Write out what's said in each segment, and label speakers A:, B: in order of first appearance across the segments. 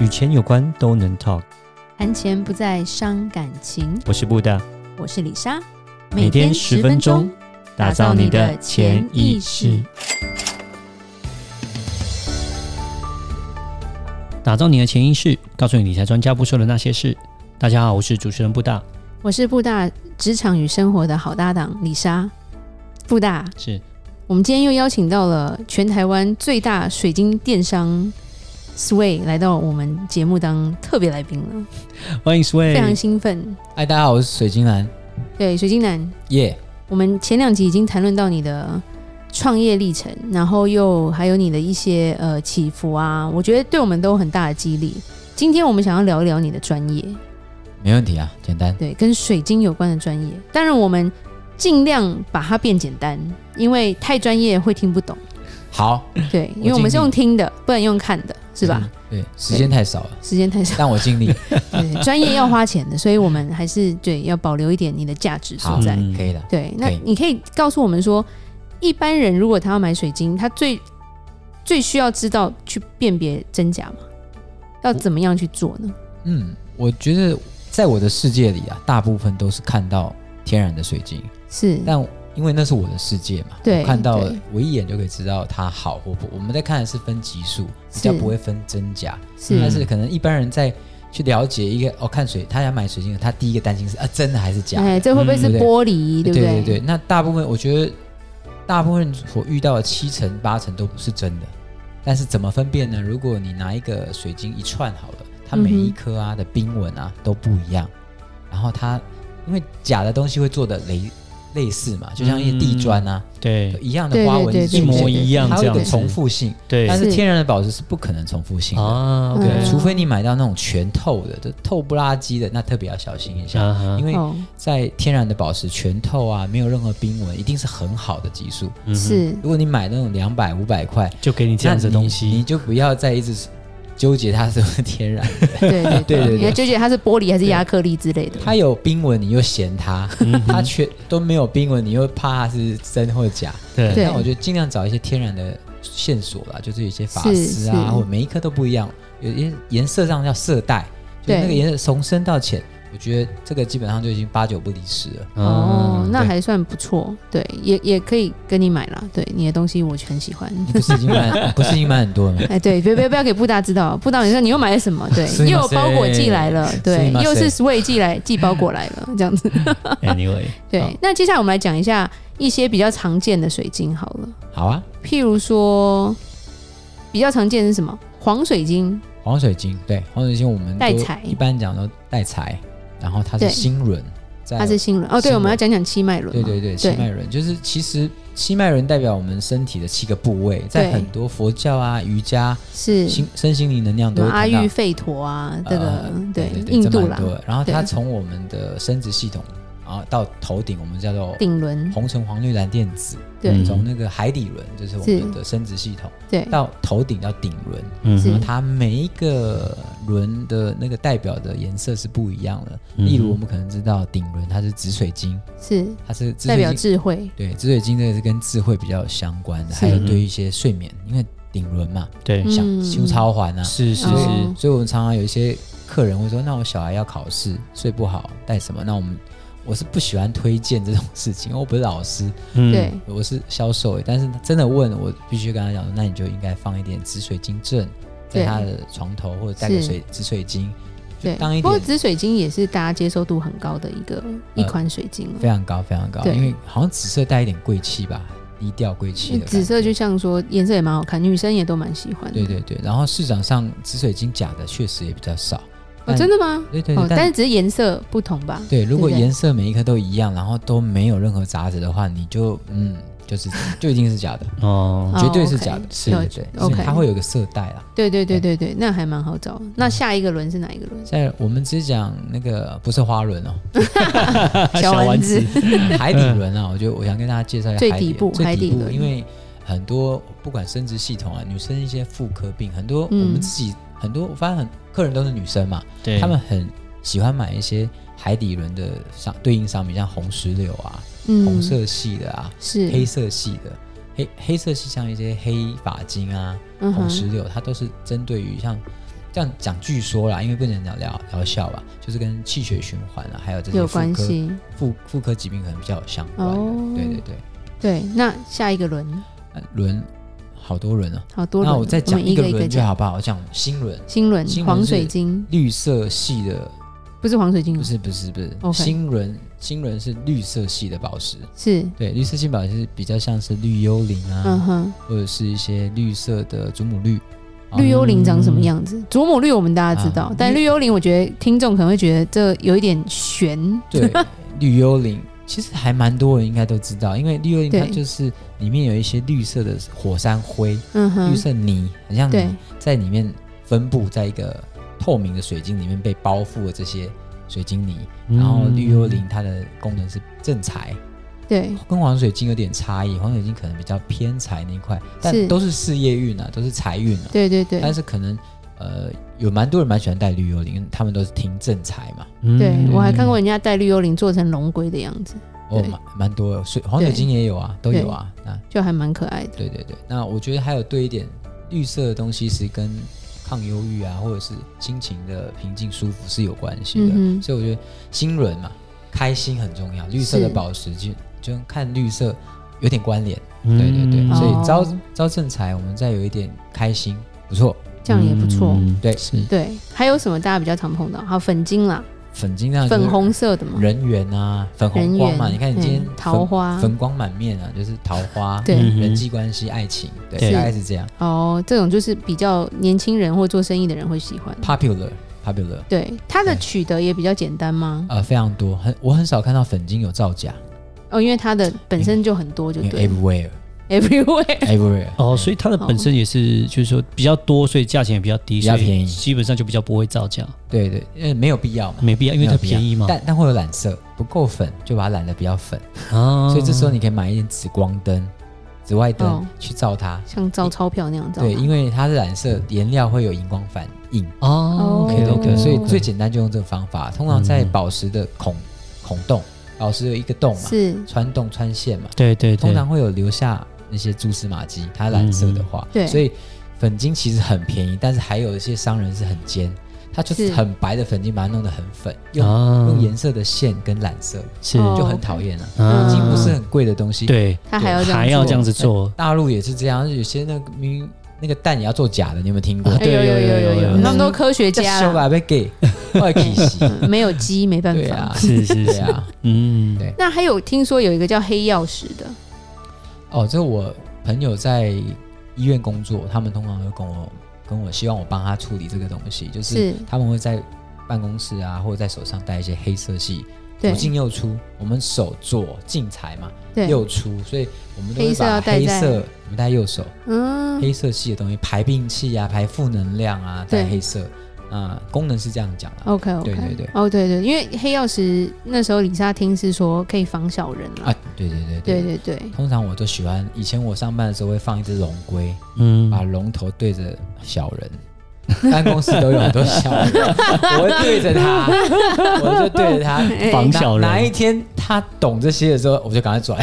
A: 与钱有关都能 talk。
B: 谈钱不再伤感情。
A: 我是布大，
B: 我是李莎，
A: 每天十分钟，打造你的潜意识，打造你的潜意识，告诉你理财专家不说的那些事。大家好，我是主持人布大，
B: 我是布大职场与生活的好搭档李莎。布大，
A: 是
B: 我们今天又邀请到了全台湾最大水晶电商 Sway 来到我们节目当特别来宾了，
A: 欢迎
B: 非常
A: Sway。
B: 兴奋。
C: 嗨，哎大家好，我是水晶兰，
B: 对，水晶男，
C: 耶、
B: 我们前两集已经谈论到你的创业历程，然后又还有你的一些呃起伏啊，我觉得对我们都有很大的激励。今天我们想要聊一聊你的专业，
C: 没问题啊，简单，
B: 对，跟水晶有关的专业。当然，我们尽量把它变简单，因为太专业会听不 懂。
C: 好，
B: 对，因为我们是用听的，不能用看的，是吧？
C: 嗯？对，时间太少了，
B: 时间太 少，
C: 但我尽力，
B: 对，专业要花钱的，所以我们还是对要保留一点你的价值所
C: 好
B: 在。
A: 嗯
C: 可以的。
B: 对，那
C: 可以
B: 你可以告诉我们说，一般人如果他要买水晶，他最最需要知道去辨别真假吗？要怎么样去做呢？
C: 嗯，我觉得在我的世界里啊，大部分都是看到天然的水晶，
B: 是，
C: 但因为那是我的世界嘛，
B: 嗯对
C: 我看到了
B: 对
C: 我一眼就可以知道它好或不。我们在看的是分级数，比较
B: 是
C: 不会分真假，
B: 是
C: 但是可能一般人在。去了解一个哦，看水，他想买水晶的，他第一个担心是啊，真的还是假的？
B: 哎，这会不会是
C: 嗯对不对
B: 玻璃？对不
C: 对对，那大部分我觉得，大部分所遇到的七成八成都不是真的。但是怎么分辨呢？如果你拿一个水晶一串好了，它每
B: 嗯
C: 一
B: 哼
C: 颗啊的冰纹啊都不一样，然后它因为假的东西会做的雷类似嘛，就像一些地砖啊、
A: 对
C: 一样
B: 对
C: 的花
B: 对
C: 纹
B: 对
C: 是
B: 对，
A: 一模
C: 出现
B: 对
A: 一样
C: 它
A: 这
C: 会有
A: 样
C: 一个
A: 子
C: 重复性，
A: 对
C: 但
A: 啊
C: 是
B: 是
C: 天然的宝石是不可能重复性的。
A: ，OK，
C: 对，
B: 嗯
C: 除非你买到那种全透的，就透不拉几的，那特别要小心一下，
A: 啊哈
C: 因为
B: 哦，
C: 在天然的宝石全透啊，没有任何冰纹，一定是很好的技术。
A: 嗯哼
B: 是
C: 如果你买那种两百五百块
A: 就给你这样子的
C: 那你
A: 东
C: 你
A: 西，
C: 就不要再一直纠结它是不是天然，
B: 对对
C: 对对对
B: 你要纠结它是玻璃还是亚克力之类的。
C: 它有冰纹你又嫌它，
A: 嗯哼
C: 它全都没有冰纹，你又怕它是真或假。
A: 对
B: 对
C: 那我觉得尽量找一些天然的线索啦，就是有一些法
B: 是
C: 丝
B: 是
C: 啊，或者每一颗都不一样，有一些颜色上叫色带，就是那个
B: 对
C: 颜色从深到浅，我觉得这个基本上就已经八九不离十了。
A: 嗯
B: 哦，那
C: 啊对
B: 还算不错，对，也也可以跟你买啦。对，你的东西我很喜欢。
C: 你不是已经买，不是已经买很多了吗？
B: 哎，对，别别不要给布达知道，布达你说你又买了什么？对，
C: すいません
B: 又有包裹寄来了，对
C: すい，ません
B: 又是 Sway 寄来寄包裹来了，这样 子。
A: ，Anyway，
C: 好
B: 对，那接下来我们来讲一下一些比较常见的水晶好了，
C: 好啊，
B: 譬如说比较常见的是什么？黄水晶，
C: 黄水晶，对，黄水晶我们
B: 带
C: 都
B: 财
C: 一般讲都带财，然后它
B: 对
C: 是星轮，在
B: 它是星轮。哦，
C: 星
B: 对，
C: 轮
B: 我们要讲讲七脉轮
C: 对
B: 嘛。
C: 对对，七脉轮就是其实七脉轮代表我们身体的七个部位，在
B: 对
C: 很多佛教啊、瑜伽、
B: 是
C: 心身心灵能量
B: 什
C: 都
B: 么
C: 会
B: 阿
C: 谈
B: 育
C: 到。
B: 吠陀啊，这个
C: 呃
B: 对
C: 对对对，
B: 印
C: 这
B: 度
C: 蛮
B: 啦，
C: 多的。然后它
B: 对
C: 从我们的生殖系统，然后到头顶，我们叫做
B: 顶轮，
C: 红橙黄绿蓝靛紫。
B: 对
A: 嗯
C: 从那个海底轮，就是我
B: 是
C: 们的生殖系统，
B: 对
C: 到头顶到顶轮，
A: 嗯
B: 是
A: 哼，
C: 它每一个轮的那个代表的颜色是不一样的。
A: 嗯
C: 例如，我们可能知道顶轮它是紫水晶，
B: 是
C: 它是紫
B: 代
C: 水
B: 表
C: 晶，
B: 智慧，
C: 对，紫水晶这个是跟智慧比较相关的，
B: 是
C: 还有对于一些睡眠，因为顶轮嘛，
A: 对，
B: 嗯
C: 想修超环啊，
A: 是是
C: 所以
B: 哦
A: 是，
C: 所以我们常常有一些客人会说，那我小孩要考试，睡不好，带什么？那我们。我是不喜欢推荐这种事情，因为我不是老师，
A: 嗯
B: 对，
C: 我是销售而已。欸但是真的问我，必须跟他讲说，那你就应该放一点紫水晶阵
B: 对
C: 在他的床头，或者带个
B: 是
C: 水紫水晶，就
B: 对，
C: 当一
B: 不过
C: 点
B: 紫水晶也是大家接受度很高的一个、一
C: 呃
B: 款水晶了啊
C: 非。常高，非常高，
B: 对
C: 因为好像紫色带一点贵气吧，低调贵气的感
B: 嗯
C: 觉
B: 紫色就像说颜色也蛮好看，女生也都蛮喜欢的。
C: 对对对，然后市场上紫水晶假的确实也比较少，
B: 哦，
C: 但
B: 真的吗？
C: 对对对，
B: 哦，但是只是颜色不同吧？
C: 对，如果
B: 对不对
C: 颜色每一颗都一样，然后都没有任何杂质的话，你就嗯，就是就一定是假的，
A: 哦，
B: 哦
C: 绝对是假的，
B: OK
C: 是对对，所以
B: OK
C: 它会有个色带啊啦。
B: 对对对对对，那还蛮好
C: 嗯
B: 找。那下一个轮是哪一个 轮？
C: 在我们只讲那个不是花轮 哦，
B: 小丸子，
C: 海底轮啊，我觉得我想跟大家介绍一下
B: 最
C: 海底
B: 底部
C: 最
B: 海底
C: 底部，
B: 轮
C: 因为很多不管生殖系统啊，女生一些妇科病，很多我
B: 嗯
C: 们自己很多，我发现很客人都是女生嘛，
A: 对，
C: 她们很喜欢买一些海底轮的商对应商品，像红石榴啊、
B: 嗯，
C: 红色系的啊、
B: 是
C: 黑，色系的。黑黑色系像一些黑发晶啊、
B: 嗯
C: 红
B: 哼
C: 石榴，它都是针对于像这样讲，据说啦，因为不能聊疗疗效吧，就是跟气血循环啊，还有这些
B: 有
C: 妇
B: 关
C: 科
B: 系。
C: 妇妇科疾病可能比较有相关的。
B: 哦
C: 对对对，
B: 对，那下一个轮
C: 呃轮好多轮啊，
B: 好多轮，
C: 那我再讲
B: 们一
C: 个
B: 一个
C: 轮就
B: 讲。
C: 好不好？我讲心轮，
B: 新轮
C: 新轮
B: 黄
C: 是
B: 水晶
C: 绿色系的，
B: 不是黄水晶
C: 不，是不是不是，
B: 嗯 OK
C: 心轮心轮是绿色系的宝石。
B: 是
C: 对，绿色系宝石比较像是绿幽灵啊，
B: 嗯哼。
C: 或者是一些绿色的祖母绿。
B: 绿幽灵长什么
C: 嗯？
B: 样子？祖母绿我们大家知道，
C: 啊
B: 但
C: 绿
B: 绿幽灵我觉得听众可能会觉得这有一点悬。
C: 对，绿幽灵其实还蛮多人应该都知道，因为绿幽灵它
B: 对
C: 就是里面有一些绿色的火山灰、
B: 嗯哼
C: 绿，色泥，很像
B: 对
C: 你在里面分布在一个透明的水晶里面被包覆了这些水晶泥。
A: 嗯
B: 嗯
C: 然后哦绿幽灵它的功能是正财，
B: 对
C: 跟黄水晶有点差异，黄水晶可能比较偏财那一块，但
B: 是
C: 都是事业运啊，都是财运啊。
B: 对对对
C: 但是可能呃，有蛮多人蛮喜欢戴绿幽灵，因为他们都是听正财嘛。
A: 嗯
B: 对，我还看过
A: 嗯
B: 人家带绿幽灵做成龙龟的样子，
C: 哦，
B: 对
C: 蛮蛮多的，所以黄水晶也有啊，都有啊。那
B: 就还蛮可爱的。
C: 对对对，那我觉得还有对一点绿色的东西是跟抗忧郁啊，或者是心情的平静舒服是有关系的。
B: 嗯哼
C: 所以我觉得心轮嘛，开心很重要，绿色的
B: 是
C: 宝石就就跟看绿色有点关联。
A: 嗯
C: 对对对，
A: 嗯
C: 所以招、
B: 哦
C: 招正财，我们再有一点开心，不错。
B: 这样也不错。
A: 嗯
C: 对
A: 是
B: 对，还有什么大家比较常碰到？好，粉晶啦，
C: 粉晶啊，
B: 粉红色的嘛，
C: 人缘啊，粉红
B: 人
C: 光嘛，
B: 缘。
C: 你看你今天
B: 嗯
C: 粉
B: 桃花，
C: 粉光满面啊，就是桃花，
B: 对
A: 嗯哼
C: 人际关系、爱情，对，
A: 是
C: 大概是这样。
B: 哦，这种就是比较年轻人或做生意的人会喜欢。
C: popular popular，
B: 对，它的
C: 啊对
B: 取得也比较简单吗？
C: 呃，非常多，很我很少看到粉晶有造假
B: 哦，因为它的本身就很多，就
C: 因为
B: 对了
C: ，everywhere
B: ，everywhere。
C: everywhere，
A: 哦，所以它的本身也是，就是说比较多，所以价钱也比较低，
C: 哦比较
A: 所以
C: 便宜
A: 基本上就比较不会造假，
C: 对对，因为没有必要嘛，
A: 没必要，因为它便宜嘛。
C: 但但会有染色，不够粉就把它染的比较粉，
A: 啊
C: 所以这时候你可以买一点紫光灯、紫外灯
B: 哦
C: 去照它，
B: 像照钞票那样照吗。
C: 对，因为它是染色，颜料会有荧光反应。
A: 哦
C: 对
A: ，OK
C: 对
A: OK，
C: 对，所以最
A: 简
C: 简单就用这个方法。通常在
A: 嗯
C: 宝石的孔孔洞，宝石有一个洞嘛，
B: 是，
C: 穿洞穿线嘛，
A: 对对
C: 通
A: 对，嗯
C: 常会有留下那些蛛丝马迹。它染色的话，
B: 对
C: 所以粉晶其实很便宜，但是还有一些商人是很尖，他就是
B: 是
C: 很白的粉晶把它弄得很粉，用、
A: 啊
C: 用颜色的线跟染色，
A: 是
B: 哦嗯
C: 就很讨厌了。
A: 啊
C: 粉晶不是很贵的东西，，
A: 对，
B: 他还要这样
A: 还要
B: 做
A: 这样子做，
C: 大陆也是这样，有些那个明明那个蛋也要做假的，你有没 有听过？
A: 啊
B: 哎有
A: 对
B: 有
A: 有有
B: 有
A: 有有
B: 那么多科学
C: 这
B: 家
C: 修
B: 啦，
C: 改被给，外体 系，
B: 嗯没有鸡没办
C: 对
B: 法。
C: 啊，
A: 是是
C: 对
A: 是，
C: 啊。
A: 嗯，
C: 对
B: 那还有听说有一个叫黑曜石的，
C: 嗯哦，这我朋友在医院工作，他们通常会跟我跟我希望我帮他处理这个东西，就是
B: 是
C: 他们会在办公室啊，或者在手上戴一些黑色系，左
B: 对
C: 进右出。我们手左进财嘛，
B: 对，
C: 右出，所以我们都
B: 黑
C: 会
B: 色要
C: 把
B: 戴
C: 黑
B: 在
C: 色，我们戴右手，
B: 嗯，
C: 黑色系的东西排病气啊，排负能量啊，
B: 对
C: 戴黑色。啊、功能是这样讲啦。
B: OK OK，
C: 对对对
B: 哦对对，因为黑曜石那时候李莎听是说可以防小人啦，
C: 啊，对对对
B: 对对对，
C: 通常我都喜欢，以前我上班的时候会放一只龙龟，
A: 嗯，
C: 把龙头对着小人。办公室都有很多小人，我会对着他，我就对着他
B: 哎
A: 防
C: 哪
A: 小人
C: 哪一天他懂这些的时候，我就赶 快转，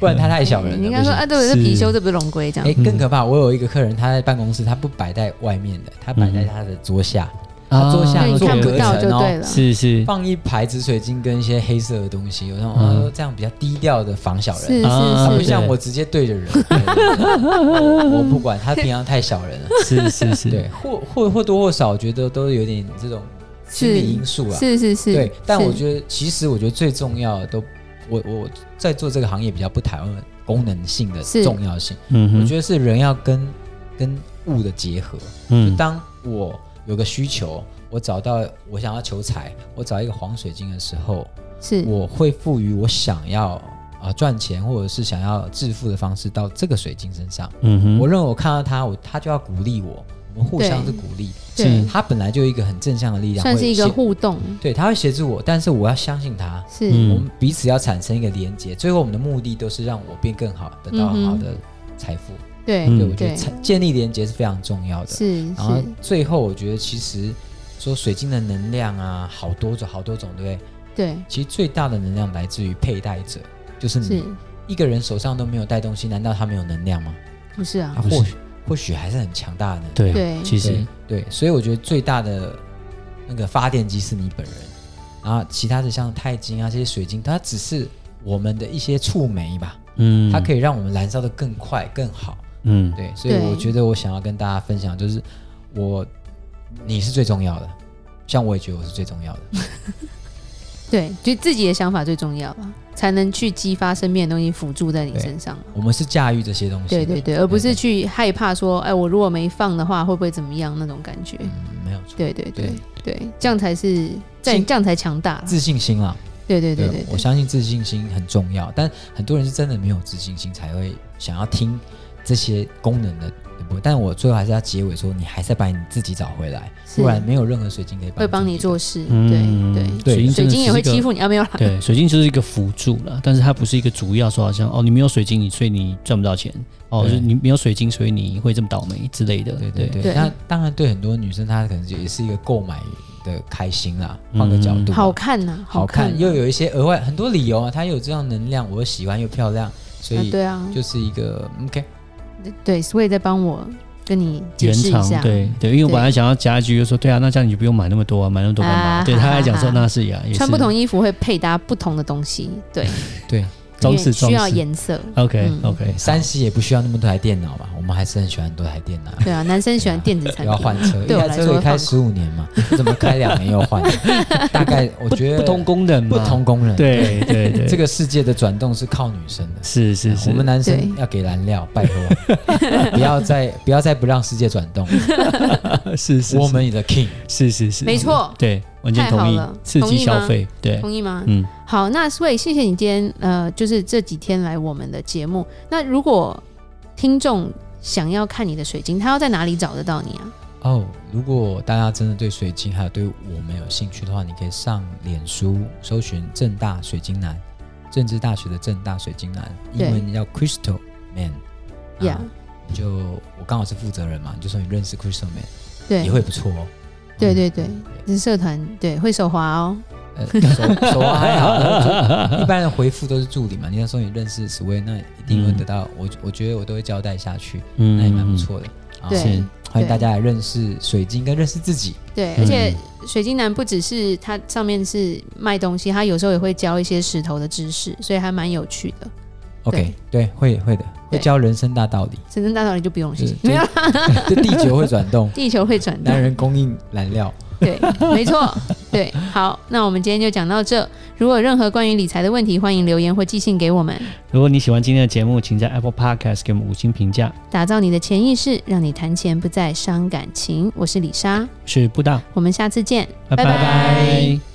C: 不然他太小人了。
B: 你应该说
C: 不行
B: 啊，对，
A: 是
B: 这貔貅，这不是龙龟这
C: 哎，
B: 样，
A: 嗯
C: 更可怕！我有一个客人，他在办公室，他不摆在外面的，他摆
A: 嗯
C: 在他的桌下，
A: 啊
C: 他坐下
B: 所
C: 来
B: 以你
C: 做
B: 看
C: 隔
B: 不到
C: 层
B: 就
C: 哦
B: 对了，
A: 是是
C: 放一排紫水晶跟一些黑色的东西，我想
A: 嗯
C: 哦，这样比较低调的防小人。
B: 是
A: 啊
C: 不
B: 是是，
C: 像我直接对 着人，对对对我我不管他平常太小人了。
A: 是 是是，
C: 对，或或或多或少，我觉得都有点这种心理因素啦。
B: 是是是，
C: 啊对，但我
B: 得
C: 觉得其实我觉得最重要的都，我我在做这个行业比较不讨论功能性的
B: 是
C: 重要性，
A: 嗯哼，
C: 我觉得是人要跟跟物的结合。
A: 嗯
C: 当我有个需求，我找到我想要求财，我找一个黄水晶的时候，
B: 是
C: 我会赋予我想要啊赚钱或者是想要致富的方式到这个水晶身上。
A: 嗯哼，
C: 我认为我看到他，我他就要鼓励我，我们互相是鼓励。
B: 对，
C: 他本来就有一个很正向的力量，
B: 算是一个
C: 会协
B: 互动，
C: 对，他会协助我，但是我要相信他，
B: 是
A: 嗯
C: 我们彼此要产生一个连接。最后我们的目的都是让我变更好，得到
B: 嗯哼
C: 好的财富。
B: 对
A: 嗯
C: 对，我觉得
B: 对
C: 产建立连接是非常重要的。
B: 是
C: 然后
B: 是。
C: 最后，我觉得其实说水晶的能量啊，好多种，好多种，对不对？
B: 对，
C: 其实最大的能量来自于佩戴者，就是
B: 是
C: 你一个人手上都没有带东西，难道他没有能量吗？
B: 不是啊？
C: 啊，
A: 不是
C: 或许或许还是很强大的能力。
A: 对，
B: 对
A: 其实
C: 对对，所以我觉得最大的那个发电机是你本人，然后其他的像钛金啊这些水晶，它只是我们的一些触媒吧，
A: 嗯，
C: 它可
A: 以，
C: 以让我们燃烧的更快更好。
A: 嗯，
C: 对，所以
B: 对
C: 我觉得我想要跟大家分享，就是我你是最重要的，像我也觉得我是最重要的。
B: 对，就自己的想法最重要吧，才能去激发身边的东西辅助在你
C: 对
B: 身上嘛。
C: 我们是驾驭这些东西
B: 对
C: 的，
B: 对对，而不是
C: 对
B: 去害怕说，哎，我如果没放的话，会不会怎么样那种感觉？
C: 嗯，没有错，
B: 对对对
C: 对
B: 对，这样才是这样
C: 信
B: 这样才强大啦。
C: 自信心啦，
B: 对对对对
C: 我相信自信心很重要，但很多人是真的没有自信心才会想要听这些功能的。对不但我最后还是要结尾说，你还是要把你自己找回来，
B: 是
C: 不然没有任何水晶可以
B: 会帮你做
C: 事。
B: 事。
A: 嗯
B: 对
A: 对
B: 对，
A: 水晶
B: 水
A: 真的
B: 晶也
A: 是
B: 会
A: 一个
B: 欺负你啊，没有啦。
A: 对，水晶就是一个辅助啦，但是它不是一个主要说好像哦，你没有水晶，你所以你赚不到钱，哦，
C: 对
A: 就是你没有水晶，所以你会这么倒霉之类的。
C: 对对对，
B: 对
C: 那当然对很多女生，她可能也是一个购买的开心啦，换个角度啊，
B: 好看呐，
C: 好
B: 看
C: 看，
B: 啊，
C: 又有一些额外很多理由啊，她有这样能量，我又喜欢又漂亮，所
B: 啊
C: 以
B: 对啊，
C: 就是一个嗯 OK，
B: 对，所以在帮我跟你解
A: 原
B: 释一
A: 厂
B: 下。
A: 对对，因为我
B: 对
A: 本来想要加一句，就说对啊，那这样你就不用买那么多啊，买那么多干嘛？
B: 啊
A: 对
B: 哈
A: 他来
B: 哈
A: 讲说
B: 哈
A: 那是呀，也是
B: 穿不同衣服会配搭不同的东西，对，
C: 对
A: 装
B: 因为
A: 饰装
B: 需要
A: 饰。
B: 颜色。
A: OK
B: 嗯
A: OK，
C: 三 C 也不需要那么多台电脑嘛，我们还是很喜欢很多台电脑。
B: 对啊，男生喜欢电子产
C: 又要换
B: 品，
C: 车，
B: 对
C: 一
B: 我
C: 台
B: 来
C: 车
B: 说
C: 可以开
B: 放
C: 十五年嘛，怎么开两年又 换？大概我
A: 不
C: 觉得
A: 不同功能
C: 不
A: 嘛，
C: 同功能，，
A: 对对对，
C: 这个世界的转动是靠女生的。
A: 是是是，
C: 我们男生
B: 对
C: 要给燃料，拜托，不要再不要再不让世界转动。
A: 是是
C: 我们你的 king，
A: 是是是，
B: 没错
A: 对，完全
B: 太
A: 同
B: 好
A: 意
B: 了，
A: 刺
B: 同
A: 激
B: 意
A: 消
B: 吗
A: 费，对，
B: 同意吗？
A: 嗯，
B: 好，那所以谢谢你今天呃，就是这几天来我们的节目。那如果听众想要看你的水晶，他要在哪里找得到你啊？
C: 哦，如果大家真的对水晶还有对我们有兴趣的话，你可以上脸书搜寻正大水晶男，政治大学的正大水晶男，
B: 对
C: 英文叫 Crystal Man。啊
B: 呀、
C: 就我刚好是负责人嘛，你就说你认识 Crystal Man
B: 对
C: 也会不错哦。
B: 对
C: 嗯
B: 对对，这社团对会手滑哦，
C: 呃，手手啊还 好，一般人回复都是助理嘛。你要说你认识 Sway，那一定会得到、我，我觉得我都会交代下去，
A: 嗯，
C: 那也蛮不错的。啊
B: 对
A: 是
C: 欢迎大家来认识水晶跟认识自己。
A: 嗯
B: 对，而且水晶男不只是它上面是卖东西，它有时候也会教一些石头的知识，所以还蛮有趣的。
C: OK，对，会会的，会教人生大道理。
B: 神圣大道理就不用了，谢谢
C: 是。
B: 没有啦，，
C: 这 地球会转动
B: 地球会转动
C: 男。人供应燃料。
B: 对，没错，对。好，那我们今天就讲到这。如果有任何关于理财的问题，欢迎留言或寄信给我们。
A: 如果你喜欢今天的节目，请在 Apple Podcast 给我们五星评价。
B: 打造你的潜意识，让你谈钱不再伤感情。我是李莎，
A: 我是布大，
B: 我们下次见，
A: 拜
B: 拜拜